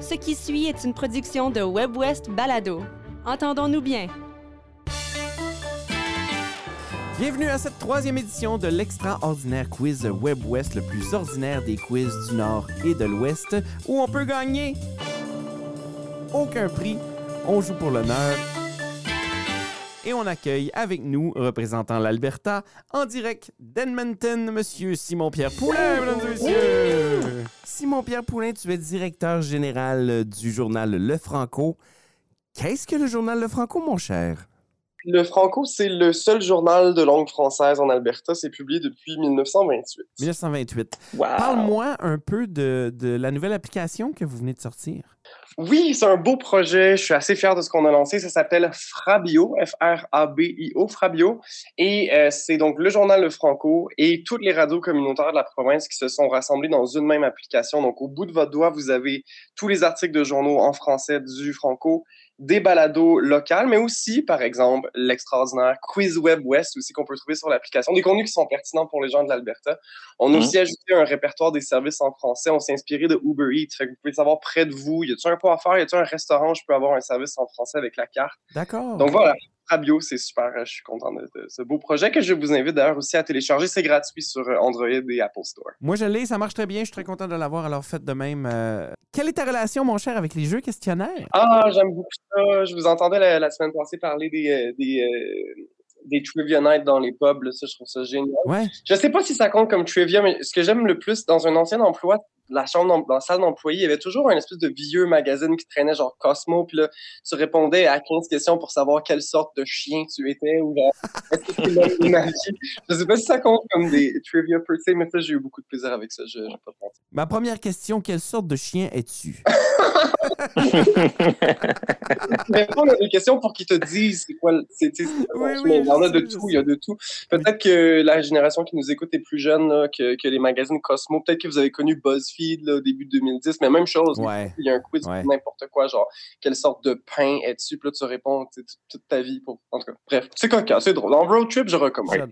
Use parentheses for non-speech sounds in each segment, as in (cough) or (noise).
Ce qui suit est une production de WebWest Balado. Entendons-nous bien. Bienvenue à cette troisième édition de l'extraordinaire quiz Web West, le plus ordinaire des quiz du Nord et de l'Ouest, où on peut gagner aucun prix. On joue pour l'honneur. Et on accueille avec nous, représentant l'Alberta, en direct d'Edmonton, Monsieur Simon-Pierre Poulin, mesdames et messieurs. Simon-Pierre Poulin, tu es directeur général du journal Le Franco. Qu'est-ce que le journal Le Franco, mon cher? Le Franco, c'est le seul journal de langue française en Alberta. C'est publié depuis 1928. 1928. Wow. Parle-moi un peu de, de la nouvelle application que vous venez de sortir. Oui, c'est un beau projet. Je suis assez fier de ce qu'on a lancé. Ça s'appelle Frabio, F-R-A-B-I-O, Frabio. Et euh, c'est donc le journal Le Franco et toutes les radios communautaires de la province qui se sont rassemblées dans une même application. Donc, au bout de votre doigt, vous avez tous les articles de journaux en français du Franco, des balados locales, mais aussi, par exemple, l'extraordinaire Quiz Web West, aussi qu'on peut trouver sur l'application, des contenus qui sont pertinents pour les gens de l'Alberta. On a aussi ajouté un répertoire des services en français. On s'est inspiré de Uber Eats. Fait que vous pouvez savoir près de vous, y a-t-il un point à faire, y a-t-il un restaurant où je peux avoir un service en français avec la carte. D'accord. Donc voilà, Fabio, c'est super. euh, Je suis content de, de ce beau projet que je vous invite d'ailleurs aussi à télécharger. C'est gratuit sur euh, Android et Apple Store. Moi, je l'ai, ça marche très bien. Je suis très content de l'avoir, alors faites de même. Euh, Quelle est ta relation, mon cher, avec les jeux questionnaires? Ah, j'aime beaucoup ça. Je vous entendais la, la semaine passée parler des, euh, des, euh, des trivia nights dans les pubs. là. Ça, je trouve ça génial. Ouais. Je sais pas si ça compte comme trivia, mais ce que j'aime le plus dans un ancien emploi, la chambre, d'em- dans la salle d'employés, il y avait toujours un espèce de vieux magazine qui traînait, genre Cosmo, puis là, tu répondais à 15 questions pour savoir quelle sorte de chien tu étais, ou genre, est-ce que tu l'as imaginé? Je sais pas si ça compte comme des trivia per se, mais ça, j'ai eu beaucoup de plaisir avec ça, je, je vais pas te mentir. Ma première question, quelle sorte de chien (laughs) es-tu? Réponds à des questions pour qu'ils te disent c'est quoi, le- c'est, tu sais, c'est- Oui, oui, mais il y en a je de sais, je tout, il y a de tout. Peut-être que la génération qui nous écoute est plus jeune là, que, que les magazines Cosmo. Peut-être que vous avez connu BuzzFeed là, au début 2010, mais même chose. Ouais. Il y a un quiz Ouais. pour n'importe quoi, genre quelle sorte de pain es-tu? Puis là, tu réponds tu sais, toute- toute ta vie. Pour... En tout cas, bref, c'est coca, c'est drôle. En road trip, je recommande. Ça-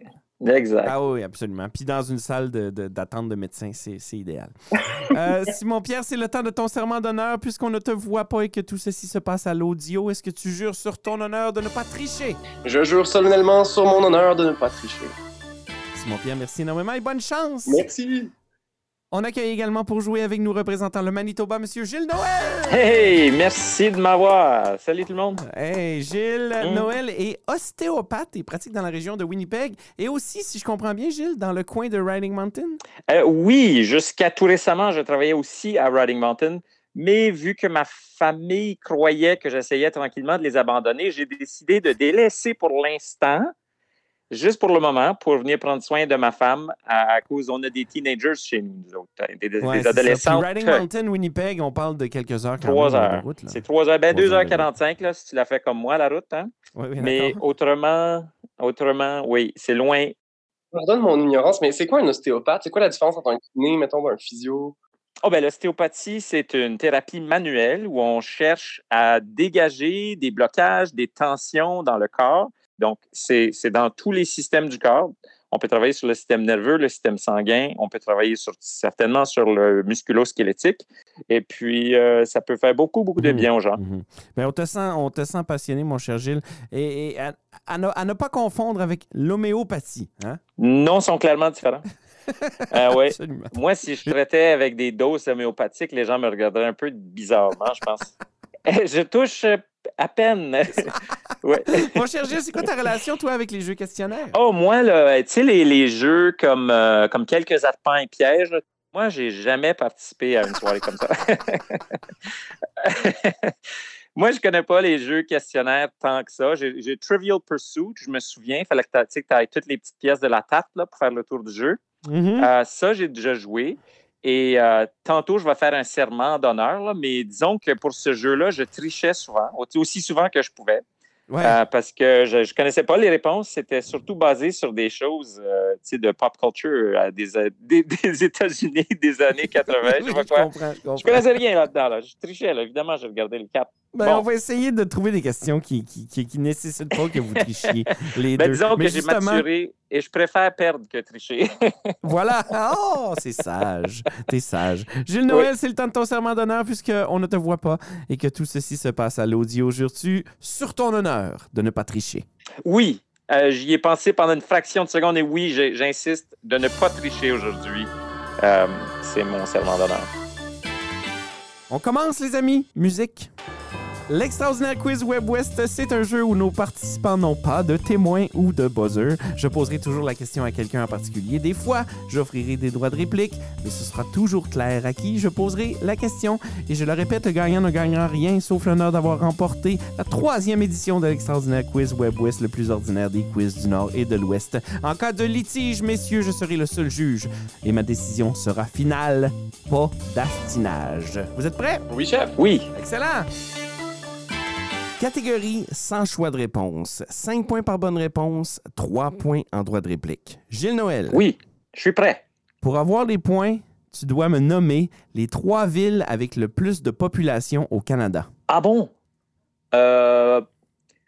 Exact. Ah oui, absolument. Puis dans une salle de- de- d'attente de, médecin, c'est c'est idéal. (laughs) Euh, Simon-Pierre, c'est le temps de ton serment d'honneur. Puisqu'on ne te voit pas et que tout ceci se passe à l'audio, est-ce que tu jures sur ton honneur de ne pas tricher? Je jure solennellement sur mon honneur de ne pas tricher. Simon-Pierre, merci énormément et bonne chance! Merci. On accueille également pour jouer avec nous représentant le Manitoba, Monsieur Gilles Noël. Hey, merci de m'avoir. Salut tout le monde. (laughs) Hey, Gilles Mm. Noël est ostéopathe et pratique dans la région de Winnipeg et aussi, si je comprends bien, Gilles, dans le coin de Riding Mountain. Euh, oui, jusqu'à tout récemment, je travaillais aussi à Riding Mountain, mais vu que ma famille croyait que j'essayais tranquillement de les abandonner, j'ai décidé de délaisser pour l'instant, juste pour le moment, pour venir prendre soin de ma femme à, à cause on a des teenagers chez nous, nous autres, hein, des, des- Ouais, c'est des ça. Puis adolescents. Riding Mountain, Winnipeg, on parle de quelques heures quand Trois même de heures. route. Là. C'est 3 heures, ben Trois 2 heures heures de 45 là, si tu la fais comme moi, la route. Hein? Oui, oui, Mais d'accord. autrement, autrement, oui, c'est loin, Pardonne mon ignorance, mais c'est quoi un ostéopathe? C'est quoi la différence entre un kiné, mettons, un physio? Oh, ben, l'ostéopathie, c'est une thérapie manuelle où on cherche à dégager des blocages, des tensions dans le corps. Donc, c'est c'est dans tous les systèmes du corps. On peut travailler sur le système nerveux, le système sanguin. On peut travailler sur, certainement sur le musculo-squelettique. Et puis, euh, ça peut faire beaucoup, beaucoup de Mhm. bien aux gens. Mhm. Mais on te sent, on te sent passionné, mon cher Gilles, et, et à, à ne, à ne pas confondre avec l'homéopathie. Hein? Non, sont clairement différents. Ah ouais. Absolument. Moi, si je traitais avec des doses homéopathiques, les gens me regarderaient un peu bizarrement, je pense. je touche euh, à peine. (laughs) ouais. Mon cher Gilles, c'est quoi ta relation, toi, avec les jeux questionnaires? Oh, moi, là, tu sais, les, les jeux comme, euh, comme quelques arpents et pièges, là, moi, j'ai jamais participé à une soirée comme ça. (laughs) moi, je connais pas les jeux questionnaires tant que ça. J'ai j'ai Trivial Pursuit, je me souviens. Il fallait que tu ailles toutes les petites pièces de la tarte là, pour faire le tour du jeu. Mhm. Euh, ça, j'ai déjà joué. Et euh, tantôt, je vais faire un serment d'honneur, là, mais disons que pour ce jeu-là, je trichais souvent, au- aussi souvent que je pouvais. Ouais. Euh, parce que je ne connaissais pas les réponses. C'était surtout basé sur des choses euh, tu sais, de pop culture euh, des, euh, (laughs) des, des États-Unis des années 80. Oui, (laughs) je, sais je pas quoi. comprends, je je comprends. connaissais rien là-dedans. Là. Je trichais. là. Évidemment, je regardais les cartes. Ben, Bon. On va essayer de trouver des questions qui, qui, qui, qui nécessitent pas que vous (laughs) trichiez les Ben, deux. disons Mais que j'ai maturé et je préfère perdre que tricher. (laughs) (laughs) Voilà. Oh, c'est sage. T'es sage. Gilles Noël, c'est le temps de ton serment d'honneur puisqu'on ne te voit pas et que tout ceci se passe à l'audio. Jures-tu, sur ton honneur, de ne pas tricher? oui, euh, j'y ai pensé pendant une fraction de seconde et oui, j'ai- j'insiste de ne pas tricher aujourd'hui. Euh, c'est mon serment d'honneur. On commence, les amis. Musique. L'extraordinaire quiz Web West, c'est un jeu où nos participants n'ont pas de témoins ou de buzzer. Je poserai toujours la question à quelqu'un en particulier. Des fois, j'offrirai des droits de réplique, mais ce sera toujours clair à qui je poserai la question. Et je le répète, le gagnant ne gagnera rien sauf l'honneur d'avoir remporté la troisième édition de l'extraordinaire quiz Web West, le plus ordinaire des quiz du Nord et de l'Ouest. En cas de litige, messieurs, je serai le seul juge et ma décision sera finale, pas d'astinage. Vous êtes prêts? Oui, chef. Oui, Excellent! Catégorie sans choix de réponse. 5 points par bonne réponse, 3 points en droit de réplique. Gilles Noël, oui, je suis prêt. pour avoir les points, tu dois me nommer les trois villes avec le plus de population au Canada. Ah bon? Euh,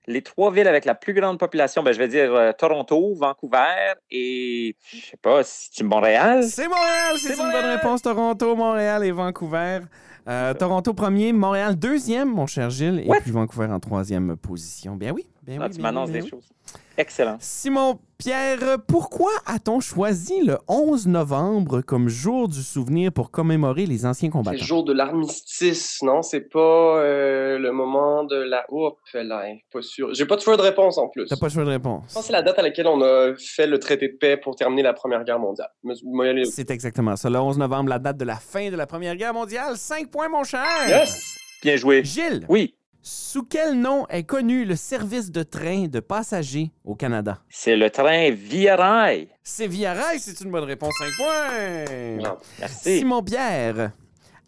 les trois villes avec la plus grande population, ben, je vais dire euh, Toronto, Vancouver et je sais pas, si Montréal. C'est Montréal, c'est C'est une Montréal! bonne réponse. Toronto, Montréal et Vancouver. Euh, (laughs) Toronto premier, Montréal deuxième, mon cher Gilles, et What? puis Vancouver en troisième position. Bien oui, bien Ah, oui. tu bien m'annonces oui, des bien oui. choses. Excellent. Simon Pierre, pourquoi a-t-on choisi le 11 novembre comme jour du souvenir pour commémorer les anciens C'est le combattants? jour de l'armistice, non? C'est pas euh, le moment de la. Oups, là, pas sûr. J'ai pas trouvé de réponse en plus. T'as pas le choix de Je réponse. pense que c'est la date à laquelle on a fait le traité de paix pour terminer la Première Guerre mondiale. Mais- mais allez- C'est exactement ça. Le 11 novembre, la date de la fin de la Première Guerre mondiale. 5 points, mon cher! Yes! Bien joué. Gilles, Oui, sous quel nom est connu le service de train de passagers au Canada? c'est le train Via Rail. C'est Via Rail, c'est une bonne réponse. 5 points! Non. Merci. Simon Pierre,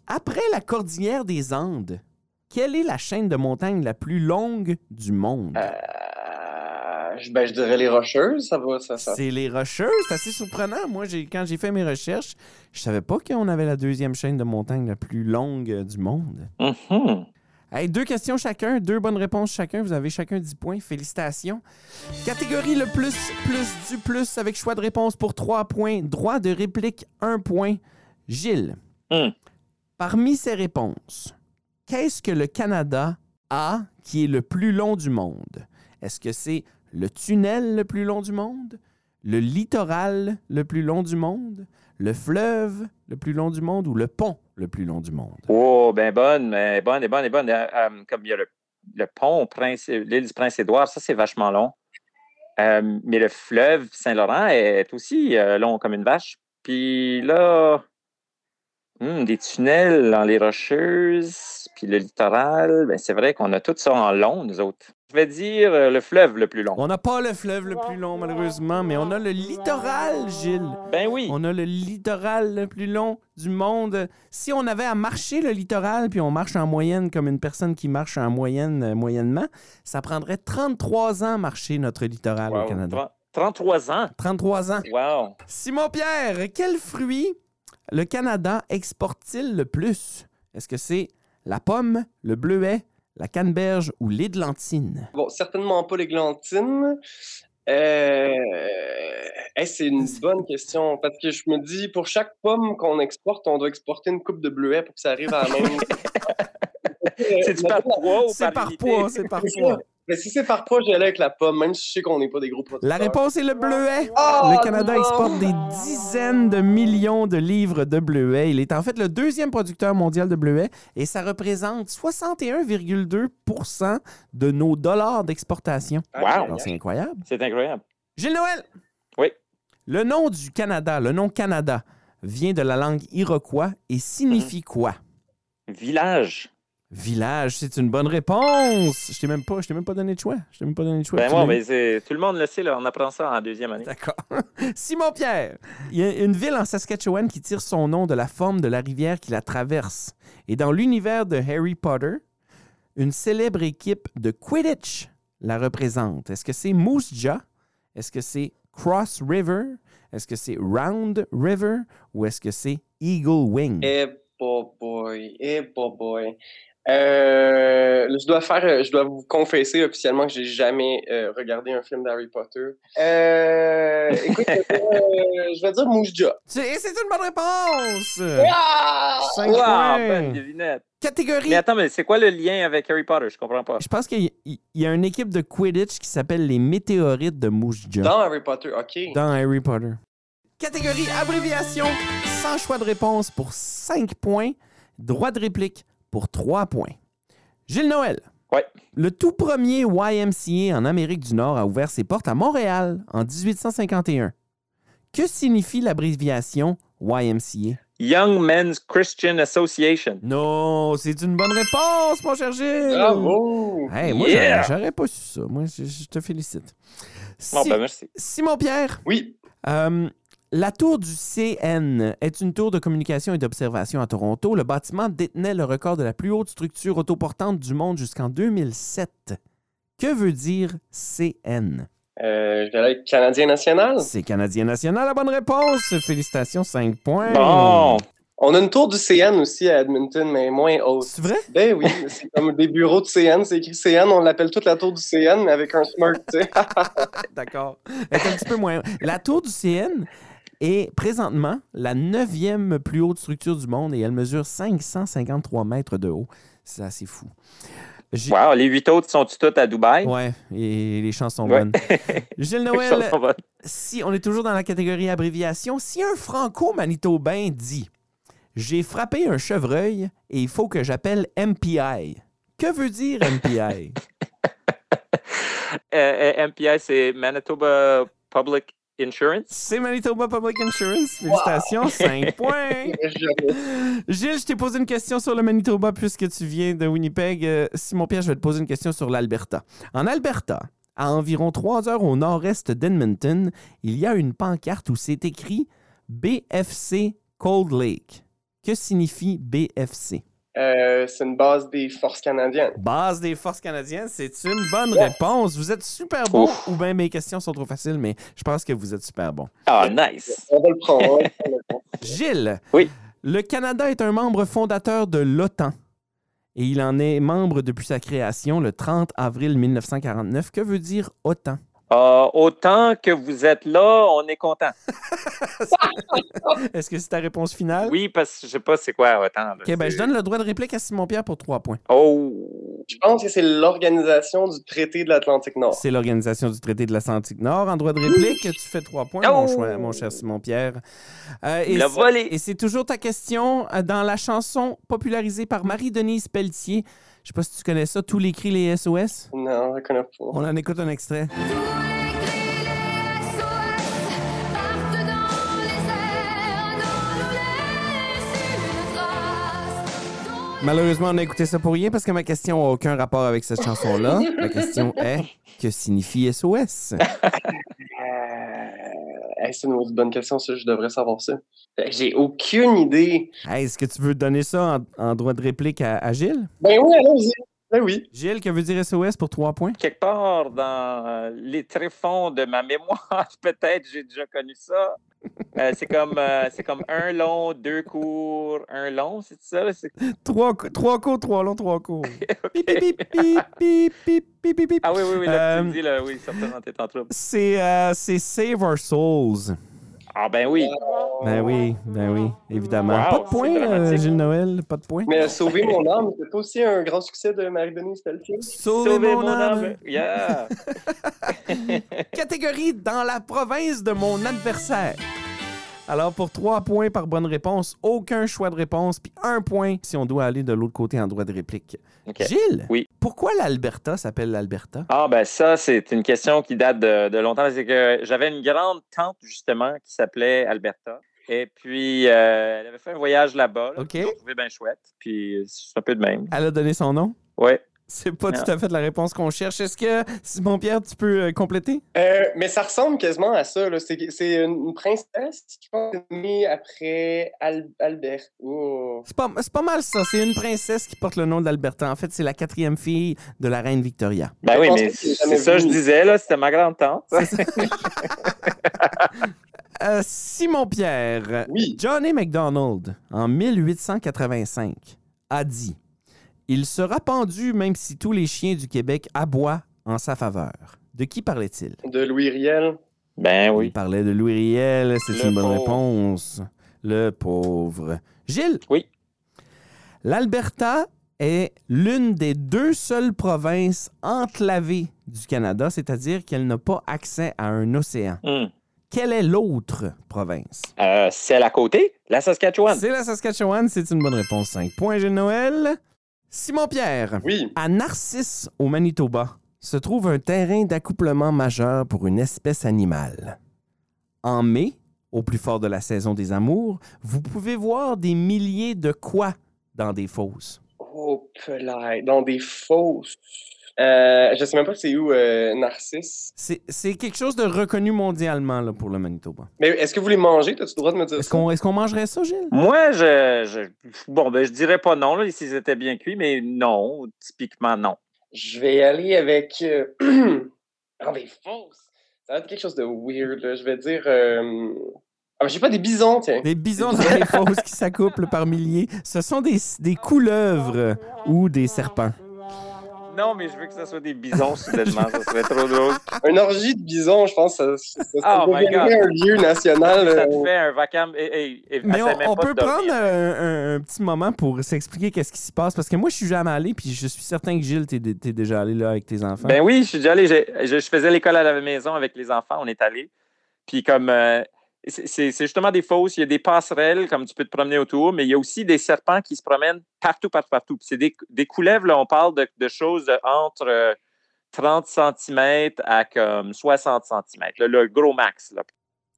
après la cordillère des Andes, quelle est la chaîne de montagne la plus longue du monde? Euh, je- ben, je dirais les Rocheuses, ça va, ça, ça. C'est les Rocheuses, c'est assez surprenant. Moi, j'ai, quand j'ai fait mes recherches, je savais pas qu'on avait la deuxième chaîne de montagne la plus longue euh, du monde. Mhm. Hey, deux questions chacun, deux bonnes réponses chacun. Vous avez chacun 10 points. Félicitations. Catégorie le plus, plus, du plus, avec choix de réponse pour 3 points. Droit de réplique, 1 point. Gilles, Hmm. parmi ces réponses, qu'est-ce que le Canada a qui est le plus long du monde? Est-ce que c'est le tunnel le plus long du monde? Le littoral le plus long du monde? Le fleuve le plus long du monde? Ou le pont le plus long du monde? Oh, ben bonne, mais bonne et bonne et bonne. Euh, euh, comme il y a le, le pont, au Prince- l'île du Prince-Édouard, ça c'est vachement long. Euh, mais le fleuve Saint-Laurent est aussi euh, long comme une vache. Puis là, hum, des tunnels dans les Rocheuses, puis le littoral, ben c'est vrai qu'on a tout ça en long, nous autres. Je vais dire euh, le fleuve le plus long. On n'a pas le fleuve le plus long, malheureusement, mais on a le littoral, Gilles. Ben oui. On a le littoral le plus long du monde. Si on avait à marcher le littoral, puis on marche en moyenne comme une personne qui marche en moyenne euh, moyennement, ça prendrait 33 ans à marcher notre littoral Wow. au Canada. Tren- 33 ans. 33 ans. Wow. Simon Pierre, quel fruit le Canada exporte-t-il le plus? Est-ce que c'est la pomme, le bleuet, la canneberge ou l'églantine? Bon, certainement pas les Glantines. Euh, hey, c'est une bonne question parce que je me dis, pour chaque pomme qu'on exporte, on doit exporter une coupe de bleuet pour que ça arrive à la (laughs) même. C'est-tu par poids ou C'est par unité? poids, c'est par C'est (laughs) poids. ça. Mais si c'est par poids, j'allais avec la pomme, même si je sais qu'on n'est pas des gros producteurs. La réponse est le bleuet. Ah, Oh, le Canada non! exporte des dizaines de millions de livres de bleuets. Il est en fait le deuxième producteur mondial de bleuets et ça représente 61,2 de nos dollars d'exportation. Ah, Wow. Alors, C'est incroyable. C'est incroyable. Gilles Noël. Oui. Le nom du Canada, le nom Canada, vient de la langue iroquois et Mhm. signifie quoi? Village. Village, c'est une bonne réponse. Je t'ai même pas, je t'ai même pas donné de choix. Je t'ai même pas donné de choix. Ben Tu moi, l'as- mais c'est- tout le monde le sait, là, on apprend ça en deuxième année. D'accord. (laughs) Simon Pierre, il y a une ville en Saskatchewan qui tire son nom de la forme de la rivière qui la traverse. Et dans l'univers de Harry Potter, une célèbre équipe de Quidditch la représente. Est-ce que c'est Moose Jaw? Est-ce que c'est Cross River? Est-ce que c'est Round River? Ou est-ce que c'est Eagle Wing? Eh, bo boy, eh, bo boy. Euh, je dois faire, je dois vous confesser officiellement que j'ai jamais euh, regardé un film d'Harry Potter. Euh, écoute, je vais dire, euh, je vais dire Moose Jaw. C'est et c'est une bonne réponse! Ah! Cinq Wow, points. bonne devinette. Catégorie. Mais attends, mais c'est quoi le lien avec Harry Potter? Je comprends pas. Je pense qu'il y- il y a une équipe de Quidditch qui s'appelle les Météorites de Moose Jaw. Dans Harry Potter, ok. dans Harry Potter. Catégorie abréviation, sans choix de réponse pour 5 points, droit de réplique pour 3 points. Gilles Noël. Ouais. Le tout premier YMCA en Amérique du Nord a ouvert ses portes à Montréal en 1851. Que signifie l'abréviation YMCA? Young Men's Christian Association. Non, c'est une bonne réponse, mon cher Gilles! Bravo! Hey, moi, Yeah! j'aurais j'aurais pas su ça. Moi, je, je te félicite. Bon, Si- ben merci. Simon-Pierre, Oui, Euh, la tour du CN est une tour de communication et d'observation à Toronto. Le bâtiment détenait le record de la plus haute structure autoportante du monde jusqu'en 2007. Que veut dire CN? euh, je vais aller avec Canadien national. C'est Canadien national, la bonne réponse. Félicitations, 5 points. Bon, On a une tour du CN aussi à Edmonton, mais moins haute. C'est vrai? (laughs) Ben oui, c'est comme des bureaux de CN, c'est écrit CN, on l'appelle toute la tour du CN, mais avec un smirk, tu sais. D'accord. Elle est un petit peu moins. La tour du CN est présentement la neuvième plus haute structure du monde et elle mesure 553 mètres de haut. C'est assez fou. J'ai- wow, les huit autres sont toutes à Dubaï? Ouais, et les chansons Ouais. (laughs) bonnes. Gilles Noël, Chansons bonnes. si on est toujours dans la catégorie abréviation, si un franco-manitobain dit J'ai frappé un chevreuil et il faut que j'appelle MPI. Que veut dire (laughs) MPI? Euh, euh, MPI, c'est Manitoba Public Insurance. C'est Manitoba Public Insurance. Félicitations, (laughs) 5 points. Gilles, je t'ai posé une question sur le Manitoba puisque tu viens de Winnipeg. Euh, Simon Pierre, je vais te poser une question sur l'Alberta. En Alberta, à environ 3 heures au nord-est d'Edmonton, il y a une pancarte où c'est écrit BFC Cold Lake. Que signifie BFC? Euh, c'est une base des forces canadiennes. Base des forces canadiennes, c'est une bonne réponse. Vous êtes super bon Ouf. ou bien mes questions sont trop faciles, mais je pense que vous êtes super bon. Ah, nice. On va le prendre. on va le prendre. Gilles. Oui. Le Canada est un membre fondateur de l'OTAN. Et il en est membre depuis sa création le 30 avril 1949. Que veut dire OTAN? Ah, autant que vous êtes là, on est content. Est-ce que c'est ta réponse finale? Oui, parce que je sais pas c'est quoi autant. là. OK, ben, C'est- je donne le droit de réplique à Simon-Pierre pour trois points. Oh, Je pense que c'est l'organisation du traité de l'Atlantique Nord. C'est l'Organisation du Traité de l'Atlantique Nord. En droit de réplique, tu fais trois points, mon, Oh! choix- mon cher Simon-Pierre. Euh, et il a c'est- volé. Et c'est toujours ta question euh, dans la chanson popularisée par Marie-Denise Pelletier. Je sais pas si tu connais ça, Tous les cris, les SOS. Non, je connais pas. On en écoute un extrait. Malheureusement, on a écouté ça pour rien parce que ma question n'a aucun rapport avec cette (laughs) chanson-là. La question est que signifie SOS? Euh, hey, c'est une autre bonne question, ça. Je devrais savoir ça. Euh, J'ai aucune idée. Hey, Est-ce que tu veux donner ça en, en droit de réplique à, à Gilles? Ben oui, allons-y. Ben oui. Gilles, que veut dire SOS pour trois points? quelque part dans euh, les tréfonds de ma mémoire, (laughs) peut-être j'ai déjà connu ça. Euh, c'est comme euh, c'est comme un long, deux cours, un long, c'est ça? là? C'est- Trois, cou- trois cours, trois longs, trois cours. Pip, pip, pip, pip, pip, pip, pip, pip, pip. Ah oui, oui, oui, là, tu Euh, le dis, là, oui, certainement, t'es en trouble. C'est euh, c'est Save Our Souls. Ah ben oui, Ben oui, ben oui, évidemment. Wow, pas de points, c'est dramatique. euh, Gilles Noël, pas de points. Mais euh, Sauver mon âme, c'est pas aussi un grand succès de Marie-Denise Pelletier? Sauvez, mon, âme. Yeah! Catégorie dans la province de mon adversaire. Alors, pour trois points par bonne réponse, aucun choix de réponse, puis un point si on doit aller de l'autre côté en droit de réplique. OK. Gilles, Oui. pourquoi l'Alberta s'appelle l'Alberta? Ah ben ça, c'est une question qui date de, de longtemps. C'est que j'avais une grande tante, justement, qui s'appelait Alberta. Et puis, euh, elle avait fait un voyage là-bas. là, OK. que J'ai trouvé bien chouette. Puis, c'est un peu de même. Elle a donné son nom? Ouais. C'est pas Non. tout à fait la réponse qu'on cherche. Est-ce que, Simon-Pierre, tu peux euh, compléter? Euh, mais ça ressemble quasiment à ça. là. C'est c'est une princesse, je pense, née après Al- Albert. Oh. C'est pas, c'est pas mal ça. C'est une princesse qui porte le nom de l'Alberta. En fait, c'est la quatrième fille de la reine Victoria. Ben Je oui, pense mais que tu l'as c'est jamais ça que je vu. disais, là. C'était ma grande tante. Euh, Simon-Pierre, Oui. Johnny MacDonald, en 1885, a dit Il sera pendu même si tous les chiens du Québec aboient en sa faveur. De qui parlait-il? de Louis Riel. Il Ben oui. parlait de Louis Riel, c'est Le une bonne pauvre. réponse. Le pauvre. Gilles? Oui. L'Alberta est l'une des deux seules provinces enclavées du Canada, c'est-à-dire qu'elle n'a pas accès à un océan. Hum. Quelle est l'autre province? Euh, celle à côté, la Saskatchewan. C'est la Saskatchewan, c'est une bonne réponse. 5 points, Gilles Noël. Simon-Pierre, Oui. à Narcisse, au Manitoba, se trouve un terrain d'accouplement majeur pour une espèce animale. En mai, au plus fort de la saison des amours, vous pouvez voir des milliers de quoi dans des fosses. Oh, pelaille, dans des fausses. Euh, je sais même pas c'est où euh, Narcisse. C'est c'est quelque chose de reconnu mondialement là, pour le Manitoba. Mais est-ce que vous les mangez? T'as-tu le droit de me dire Est-ce ça? qu'on est-ce qu'on mangerait ça, Gilles? Moi, je, je- Bon, ben, je dirais pas non, là, s'ils étaient bien cuits, mais non, typiquement non. Je vais aller avec. euh, (clears throat) dans des fausses. Ça va être quelque chose de weird, là. Je vais dire. euh, Ah, mais j'ai pas des bisons, tiens. Des bisons dans des fosses qui s'accouplent par milliers. Ce sont des, des couleuvres ou des serpents. Non, mais je veux que ça soit des bisons soudainement, ça serait (laughs) trop drôle. Ah. Une orgie de bisons, je pense, ça, ça, ça Oh my deviendrait God. un lieu national. Ça euh, te fait un vacarme. eh, eh, eh, Mais essaie on, même on pas de peut dormir. prendre un, un- un petit moment pour s'expliquer qu'est-ce qui se passe. Parce que moi, je suis jamais allé, puis je suis certain que Gilles, t'es dé- t'es déjà allé là avec tes enfants. Ben oui, je suis déjà allé. j'ai- Je, je faisais l'école à la maison avec les enfants. On est allé. Puis comme euh, c'est- c'est c'est justement des fosses, il y a des passerelles comme tu peux te promener autour, mais il y a aussi des serpents qui se promènent partout, partout, partout. Puis c'est des, des couleuvres. Là, on parle de, de choses de entre euh, 30 cm à comme 60 cm, là, le gros max. Là.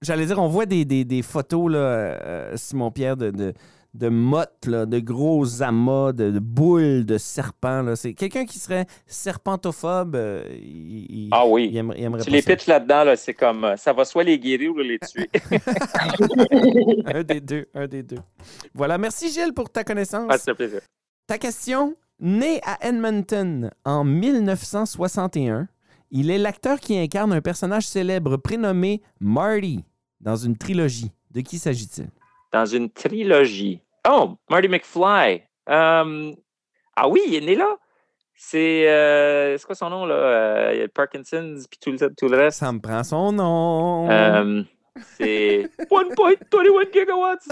J'allais dire, on voit des, des- des photos, là, euh, Simon-Pierre, de, de, de mottes, là, de gros amas, de, de boules, de serpents. là. C'est quelqu'un qui serait serpentophobe. euh, il, il- Ah il oui. aimerait, il aimerait Tu pas les ça. pitches là-dedans, là, c'est comme euh, ça va soit les guérir ou (laughs) les tuer. un des deux, un des deux. Voilà, merci Gilles pour ta connaissance. Ah, c'est un plaisir. Ta question, né à Edmonton en 1961, il est l'acteur qui incarne un personnage célèbre prénommé Marty dans une trilogie. De qui s'agit-il? dans une trilogie. Oh, Marty McFly. Euh, ah oui, il est né là. C'est euh, c'est quoi son nom là Euh, il y a Parkinson's puis tout le, tout le reste. Ça me prend son nom. Euh, c'est (laughs) 1.21 gigawatts.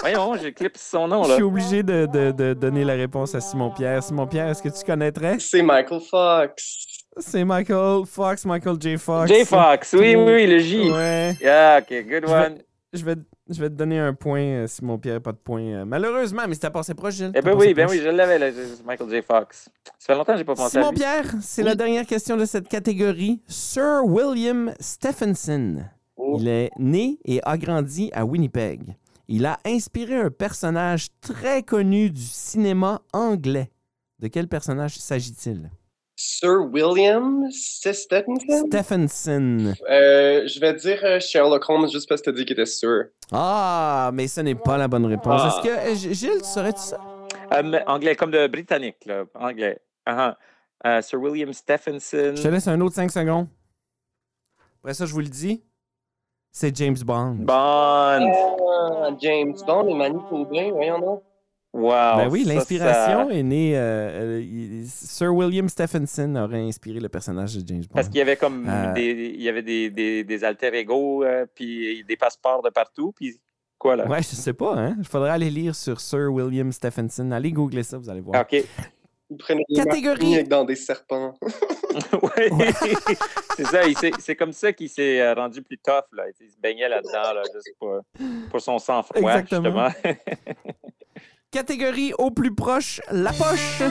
Voyons, j'éclipse son nom Je là. suis obligé de, de- de donner la réponse à Simon-Pierre. Simon-Pierre, est-ce que tu (laughs) connaîtrais? C'est Michael Fox. C'est Michael Fox, Michael J. Fox. J Fox, oui, oui, oui, le J. Ouais. Yeah, ok, good Je vais- one. Je vais, je vais te donner un point, euh, Simon-Pierre, pas de point. euh, Malheureusement, mais c'était passé proche, Gilles. Eh T'as ben passé oui, ben proche. oui, je l'avais là, c'est Michael J Fox. Ça fait longtemps que j'ai pas pensé à Simon lui. Pierre, c'est Oui. la dernière question de cette catégorie. Sir William Stephenson. Oh. Il est né et a grandi à Winnipeg. Il a inspiré un personnage très connu du cinéma anglais. De quel personnage s'agit-il? Sir William Stephenson? Stephenson. Euh, je vais dire euh, Sherlock Holmes juste parce que t'as dit qu'il était sûr. Ah, mais ce n'est pas la bonne réponse. Ah. Est-ce que, euh, G- Gilles, saurais-tu ça? Euh, anglais, comme de britannique là, anglais. Ah, ah. Euh, Sir William Stephenson. Je te laisse un autre 5 secondes. Après ça, je vous le dis. C'est James Bond. Bond. Ah, James Bond et Manu Cobain, voyons donc. Wow. Ben oui, ça, l'inspiration ça- est née. euh, euh, il- Sir William Stephenson aurait inspiré le personnage de James Bond. Parce qu'il y avait comme Euh. des, il y avait des, des, des alter ego, euh, puis des passeports de partout, puis quoi là? Ouais, je sais pas, hein. Il faudrait aller lire sur Sir William Stephenson. Allez googler ça, vous allez voir. Ah, Ok. (laughs) Ils prenaient des Catégorie. martinis avec dans des serpents. Ouais. (laughs) c'est ça, il s'est- c'est comme ça qu'il s'est euh, rendu plus tough, là. Il se baignait là-dedans, là, juste pour, pour son sang-froid, Exactement. justement. (laughs) Catégorie au plus proche, la poche.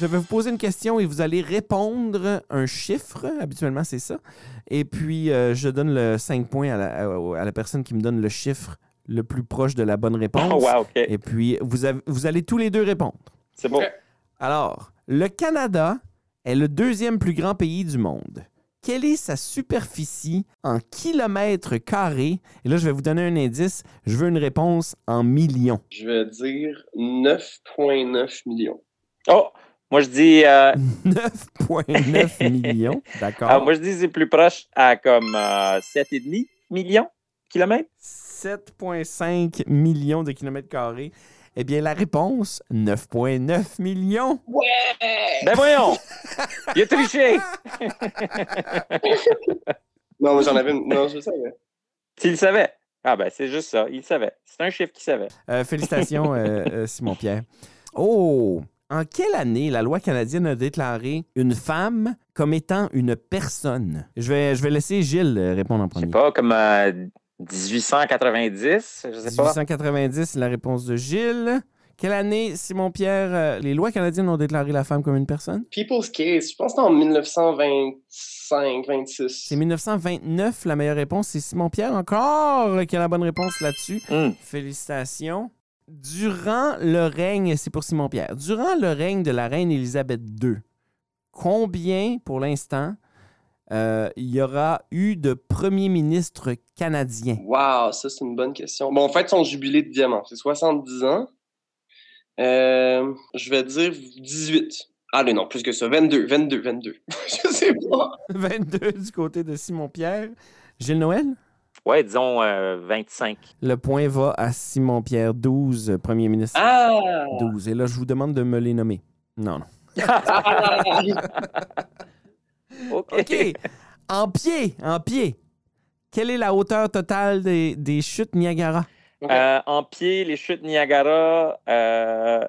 Je vais vous poser une question et vous allez répondre un chiffre. Habituellement, c'est ça. Et puis, euh, je donne le 5 points à la, à- à la personne qui me donne le chiffre le plus proche de la bonne réponse. Oh, wow, ok. Et puis, vous, avez- vous allez tous les deux répondre. C'est bon. Alors, le Canada est le deuxième plus grand pays du monde. Quelle est sa superficie en kilomètres carrés? Et là, je vais vous donner un indice. Je veux une réponse en millions. (laughs) Je vais dire 9,9 millions. Oh, moi je dis, euh, (laughs) 9,9 millions. D'accord. ah, moi je dis c'est plus proche à comme euh, 7,5 millions de kilomètres. 7,5 millions de kilomètres carrés. Eh bien, la réponse, 9,9 millions. Ben voyons! Il a triché! Non, moi, j'en avais une. Non, je sais. euh, mais- S'il savait. Ah ben, c'est juste ça. Il savait. C'est un chiffre qu'il savait. Euh, félicitations, euh, euh, Simon-Pierre. Oh! En quelle année la loi canadienne a déclaré une femme comme étant une personne? Je vais, je vais laisser Gilles euh, répondre en Je sais premier. pas, comme euh, 1890, je sais pas. 1890, la réponse de Gilles. Quelle année, Simon-Pierre, euh, les lois canadiennes ont déclaré la femme comme une personne? People's Case, je pense que c'est en 1925, 26. C'est 1929, la meilleure réponse. C'est Simon-Pierre encore qui a la bonne réponse là-dessus. Hmm. Félicitations. Durant le règne, c'est pour Simon Pierre, durant le règne de la reine Élisabeth II, combien pour l'instant euh, il y aura eu de premiers ministres canadiens? (laughs) Wow, ça, c'est une bonne question. Bon, en fait, son jubilé de diamant, c'est 70 ans. Euh, je vais dire 18. Ah, mais non, plus que ça. 22, 22, 22. (laughs) je sais pas. 22 du côté de Simon Pierre. Gilles Noël? Ouais, disons euh, 25. Le point va à Simon Pierre 12, premier ministre Ah! 12. Et là, je vous demande de me les nommer. Non, non. Ah! OK. OK. en pied, en pied. Quelle est la hauteur totale des, des chutes Niagara? Euh, en pied, les chutes Niagara, euh,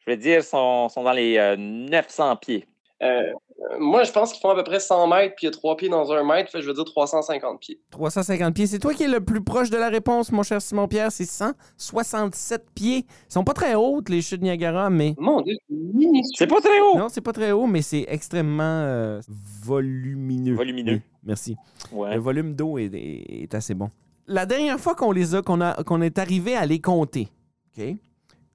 je vais dire, sont, sont dans les euh, 900 pieds. (laughs) Euh, moi, je pense qu'ils font à peu près 100 mètres, puis il y a 3 pieds dans un mètre, fait que je vais dire 350 pieds. 350 pieds. C'est toi qui es le plus proche de la réponse, mon cher Simon-Pierre. C'est 167 pieds. Ils sont pas très hautes, les chutes Niagara, mais... Mon Dieu, c'est minuscule. C'est pas très haut. Non, c'est pas très haut, mais c'est extrêmement euh, volumineux. Volumineux. Oui, merci. Ouais. Le volume d'eau est, est- est assez bon. La dernière fois qu'on les a, qu'on a, qu'on est arrivé à les compter, OK?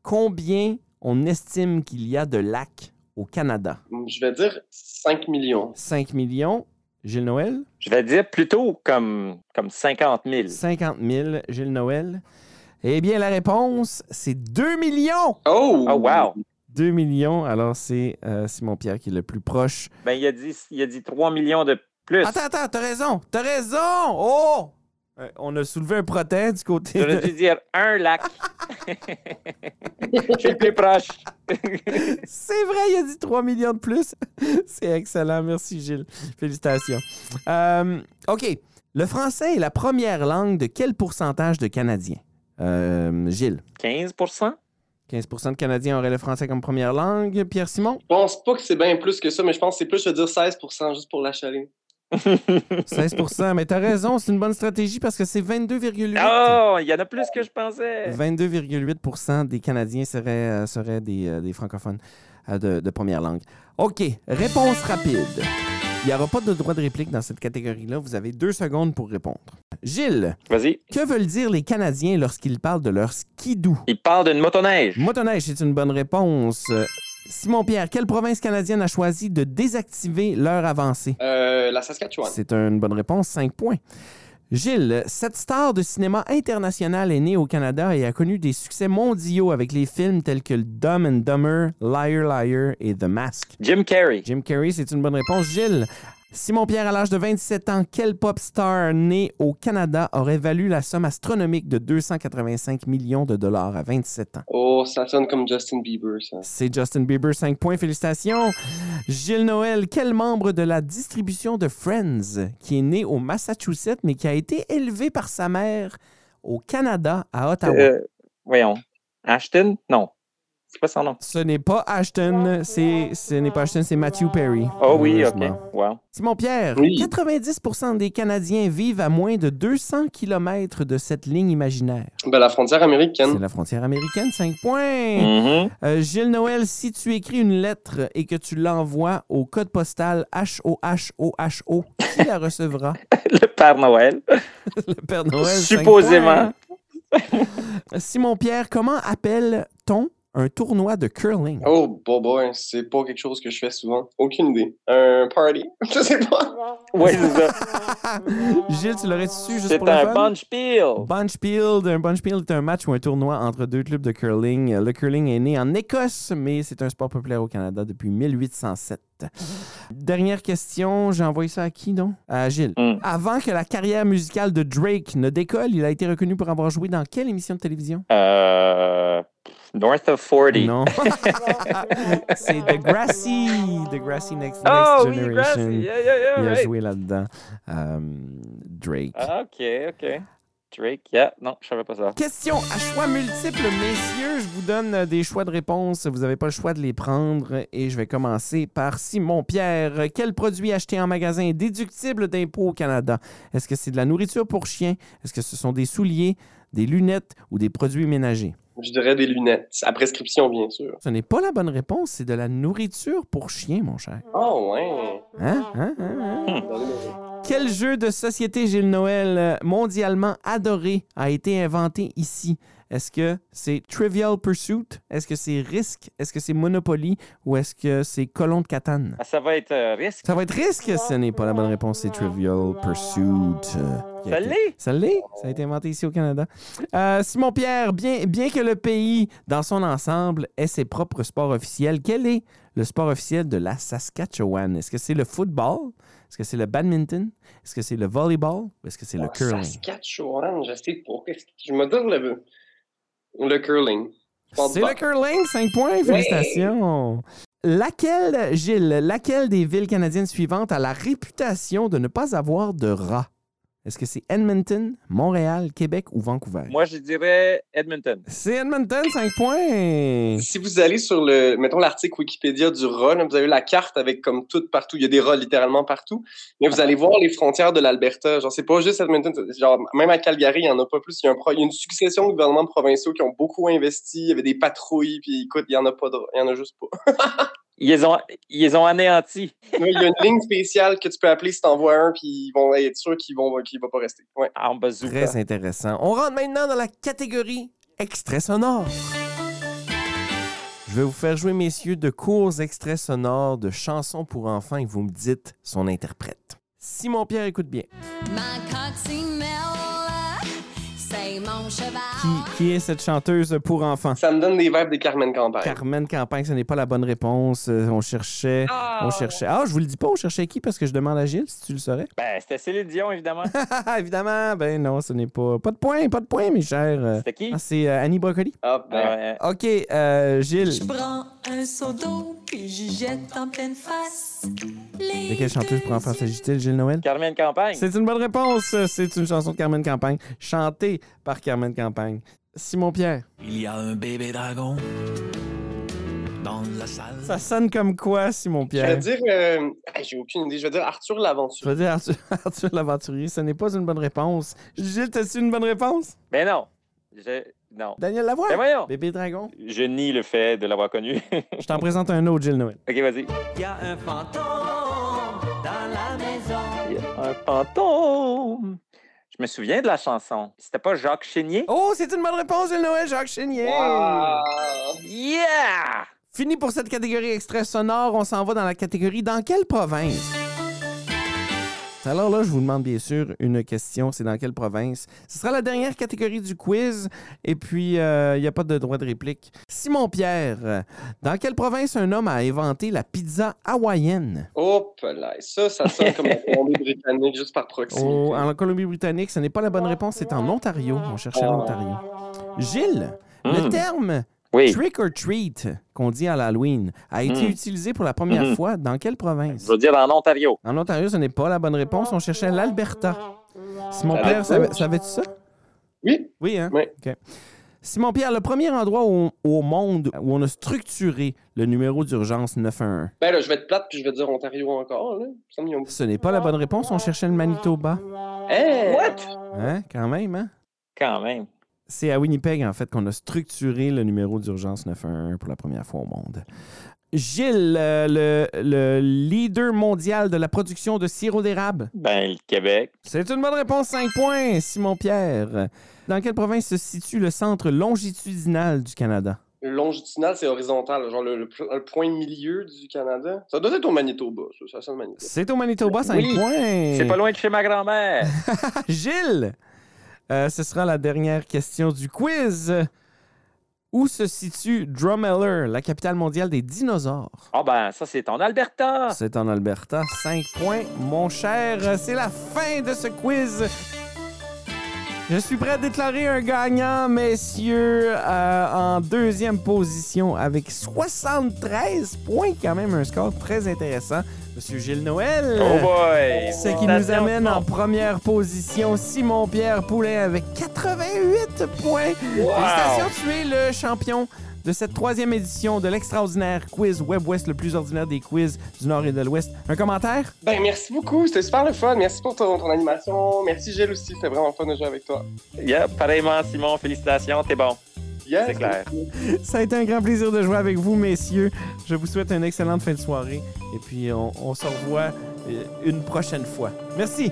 Combien on estime qu'il y a de lacs au Canada? Je vais dire 5 millions. 5 millions. Gilles Noël? Je vais dire plutôt comme, comme 50 000. 50 000. Gilles Noël? Eh bien, la réponse, c'est 2 millions! Oh! Oh, wow! 2 millions. Alors, c'est euh, Simon-Pierre qui est le plus proche. Ben, il a dit, il a dit 3 millions de plus. Attends, attends, t'as raison, t'as raison! Oh! Euh, on a soulevé un protin du côté J'aurais de dû dire (laughs) un lac. Je suis le plus proche. (laughs) C'est vrai, il a dit 3 millions de plus. (laughs) C'est excellent. Merci, Gilles. Félicitations. Euh, OK. Le français est la première langue de quel pourcentage de Canadiens? Euh, Gilles. 15 15 de Canadiens auraient le français comme première langue. Pierre-Simon? Je pense pas que c'est bien plus que ça, mais je pense que c'est plus, je vais dire 16 juste pour l'achaler. 16 Mais t'as raison, c'est une bonne stratégie parce que c'est 22,8 Oh, il y en a plus que je pensais. 22,8 des Canadiens seraient, euh, seraient des, euh, des francophones euh, de, de première langue. OK, réponse rapide. Il n'y aura pas de droit de réplique dans cette catégorie-là. Vous avez deux secondes pour répondre. Gilles, Vas-y. que veulent dire les Canadiens lorsqu'ils parlent de leur skidou? Il parle d'une motoneige. Motoneige, c'est une bonne réponse. Euh, Simon-Pierre, quelle province canadienne a choisi de désactiver leur avancée? Euh, la Saskatchewan. C'est une bonne réponse, 5 points. Gilles, cette star de cinéma international est née au Canada et a connu des succès mondiaux avec les films tels que Dumb and Dumber, Liar Liar et The Mask. Jim Carrey. Jim Carrey, c'est une bonne réponse. Gilles, Simon-Pierre, à l'âge de 27 ans, quel pop star né au Canada aurait valu la somme astronomique de 285 millions de dollars à 27 ans? Oh, ça sonne comme Justin Bieber, ça. C'est Justin Bieber, 5 points, félicitations. Gilles Noël, quel membre de la distribution de Friends qui est né au Massachusetts mais qui a été élevé par sa mère au Canada, à Ottawa? Euh, voyons. Ashton? Non. C'est pas son nom. Ce n'est pas Ashton, c'est, ce n'est pas Ashton, c'est Matthew Perry. Oh oui, OK. malheureusement. Wow. Simon-Pierre, Oui. 90% des Canadiens vivent à moins de 200 km de cette ligne imaginaire. Ben, la frontière C'est américaine. la frontière américaine, 5 points. Mhm. (laughs) Euh, Gilles Noël, si tu écris une lettre et que tu l'envoies au code postal HOHOHO, qui la recevra? Le Père Noël. (laughs) Le Père Noël. cinq Supposément. points. Euh, Simon-Pierre, comment appelle-t-on un tournoi de curling? Oh, boy, boy, c'est pas quelque chose que je fais souvent. Aucune idée. Un party. (laughs) Je sais pas. Oui, c'est ça. Gilles, (laughs) tu l'aurais su juste C'est pour le un fun? punch peel. Bunchfield, un bunchfield est un match ou un tournoi entre deux clubs de curling. Euh, Le curling est né en Écosse, mais c'est un sport populaire au Canada depuis 1807. Mm. Dernière question, j'ai envoyé ça à qui, non? À Gilles. Mm. Avant que la carrière musicale de Drake ne décolle, il a été reconnu pour avoir joué dans quelle émission de télévision? Euh, North of 40. (laughs) Non. C'est Degrassi. Degrassi Next, Next oh, oui, Generation. Grassy. Yeah, yeah, yeah, Il a right. joué là-dedans. Euh, Drake. Ah, OK, OK. Drake, yeah. Non, je savais pas ça. Question à choix multiples, messieurs. Je vous donne euh, des choix de réponse. Vous n'avez pas le choix de les prendre. Et je vais commencer par Simon Pierre. Quel produit acheté en magasin est déductible d'impôt au Canada? Est-ce que c'est de la nourriture pour chiens? Est-ce que ce sont des souliers, des lunettes ou des produits ménagers? Je dirais des lunettes, à prescription, bien sûr. Ce n'est pas la bonne réponse. C'est de la nourriture pour chiens, mon cher. Oh, ouais. Hein? Hein? Hein? Hein? Dans les mauvais. Quel jeu de société Gilles Noël euh, mondialement adoré a été inventé ici? Est-ce que c'est Trivial Pursuit? Est-ce que c'est Risk? Est-ce que c'est Monopoly? Ou est-ce que c'est Colon de Catane? Ah, Ça va être euh, risque. Ça va être Risk? Ce n'est pas la bonne réponse, c'est Trivial Pursuit. euh, qui a Ça été- l'est? ça l'est. Ça a été inventé ici au Canada. Euh, Simon Pierre, bien, bien que le pays, dans son ensemble, ait ses propres sports officiels, quel est le sport officiel de la Saskatchewan? Est-ce que c'est le football? Est-ce que c'est le badminton? Est-ce que c'est le volleyball? Ou est-ce que c'est le Oh, curling? Saskatchewan, je sais pas. Qu'est-ce que- Je me donne le, le curling. Sport de C'est le balle. curling, 5 points, félicitations! Laquelle, Gilles, laquelle des villes canadiennes suivantes a la réputation de ne pas avoir de rats? Est-ce que c'est Edmonton, Montréal, Québec ou Vancouver? Moi, je dirais Edmonton. C'est Edmonton, 5 points! Si vous allez sur le, mettons l'article Wikipédia du rat, là, vous avez la carte avec comme tout partout. Il y a des rats littéralement partout. Mais vous allez voir les frontières de l'Alberta. Genre, c'est pas juste Edmonton. c'est- Genre, même à Calgary, il y en a pas plus. Il y a, un pro- il y a une succession de gouvernements provinciaux qui ont beaucoup investi. Il y avait des patrouilles. Puis écoute, il y en a pas de rats. Il y en a juste pas. Ils les ont, ils les ont anéantis. Mais il y a une ligne spéciale que tu peux appeler si t'en vois un. Puis ils vont être sûrs qu'ils vont, qu'il va pas rester. Ouais. En bazooka. Très intéressant. On rentre maintenant dans la catégorie extrait sonore. Je vais vous faire jouer, messieurs, de courts extraits sonores de chansons pour enfants et vous me dites son interprète. Simon Pierre, écoute bien. Ma coccinelle, c'est mon Qui, cheval. qui est cette chanteuse pour enfants? Ça me donne des verbes des Carmen Campagne. Carmen Campagne, ce n'est pas la bonne réponse. Euh, On cherchait. On cherchait. Ah, je vous le dis pas, on cherchait qui parce que je demande à Gilles si tu le saurais. Ah, Ben, c'était Céline (laughs) Dion, évidemment. Évidemment, ben non, ce n'est pas. Pas de point, pas de point, mes chers. Euh, C'était qui? ah, c'est euh, Annie Brocoli. Ah, ben, Ah, ouais. OK, euh, Gilles. Je prends un seau d'eau, puis j'y jette en pleine face. De quelle chanteuse pour enfants s'agit-il, Gilles Noël? Carmen Campagne. C'est une bonne réponse. C'est une chanson de Carmen Campagne, chantée par Carmen Campagne. Simon Pierre. Il y a un bébé dragon dans la salle. Ça sonne comme quoi, Simon je vais Pierre? dire, euh, hey, j'ai aucune idée. Je vais dire Arthur Je l'Aventure. vais dire Arthur, (laughs) Arthur l'aventurier, ce n'est pas une bonne réponse. Gilles, t'as-tu une bonne réponse? Ben non. Je... Non. Daniel Lavoie? Ben voyons. Bébé Dragon? Je nie le fait de l'avoir connu. (laughs) Je t'en présente un autre, Gilles Noël. OK, vas-y. Il y a un fantôme dans la maison. Il y a un fantôme. Je me souviens de la chanson. C'était pas Jacques Chénier? Oh, c'est une bonne réponse, Gilles Noël, Jacques Chénier! Wow. Yeah! Fini pour cette catégorie extrait sonore, on s'en va dans la catégorie dans quelle province? Alors là, je vous demande bien sûr une question, c'est dans quelle province? Ce sera la dernière catégorie du quiz et puis euh, il n'y a pas de droit de réplique. Simon Pierre, euh, dans quelle province un homme a inventé la pizza hawaïenne? Hop là, et ça, ça sonne (laughs) comme la Colombie-Britannique juste par proxy. Oh, Au- en Colombie-Britannique, ce n'est pas la bonne réponse, c'est en Ontario. On cherchait en Ontario. Gilles, le Mm. terme Oui, trick or treat qu'on dit à l'Halloween a été Mm. utilisé pour la première Mhm. fois dans quelle province? je veux dire en Ontario. En Ontario, ce n'est pas la bonne réponse. On cherchait l'Alberta. Simon Ah, Pierre, oui. savais- savais-tu ça? Oui, Oui, hein? Oui. OK. Simon Pierre, le premier endroit au, au monde où on a structuré le numéro d'urgence 911. ben là, je vais être plate puis je vais dire Ontario encore, là. Il me semble qu'ils ont- Ce n'est pas la bonne réponse. On cherchait le Manitoba. Hey! Hein? Quand même, hein? Quand même. C'est à Winnipeg, en fait, qu'on a structuré le numéro d'urgence 911 pour la première fois au monde. Gilles, euh, le, le leader mondial de la production de sirop d'érable. Ben, le Québec. C'est une bonne réponse, 5 points, Simon Pierre. Dans quelle province se situe le centre longitudinal du Canada? Le Longitudinal, c'est horizontal, genre le, le pl- le point milieu du Canada. Ça doit être au Manitoba, ça, ça sonne Manitoba. C'est au Manitoba, 5 Oui, points. Ah, C'est pas loin de chez ma grand-mère. Gilles, euh, ce sera la dernière question du quiz. Où se situe Drumheller, la capitale mondiale des dinosaures? Ah ben, ça, c'est en Alberta. C'est en Alberta, 5 points. Mon cher, c'est la fin de ce quiz. Je suis prêt à déclarer un gagnant, messieurs, euh, en deuxième position avec 73 points, quand même un score très intéressant. Monsieur Gilles Noël. Oh boy! Ce qui nous amène en première position, Simon-Pierre Poulain avec 88 points. Wow! Félicitations, tu es le champion de cette troisième édition de l'extraordinaire quiz Web West, le plus ordinaire des quiz du Nord et de l'Ouest. Un commentaire? Ben, merci beaucoup. C'était super le fun. Merci pour ton, ton animation. Merci, Gilles, aussi. C'était vraiment le fun de jouer avec toi. Yeah, pareillement, Simon, félicitations, t'es bon. Yes. C'est clair. Ça a été un grand plaisir de jouer avec vous, messieurs. Je vous souhaite une excellente fin de soirée et puis on, on se revoit euh, une prochaine fois. Merci!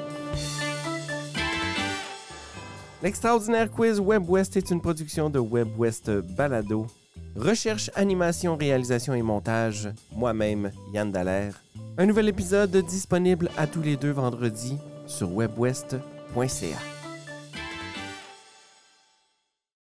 L'extraordinaire quiz Web West est une production de Web West Balado. Recherche, animation, réalisation et montage, moi-même, Yann Dallaire. Un nouvel épisode disponible à tous les deux vendredis sur webwest.ca.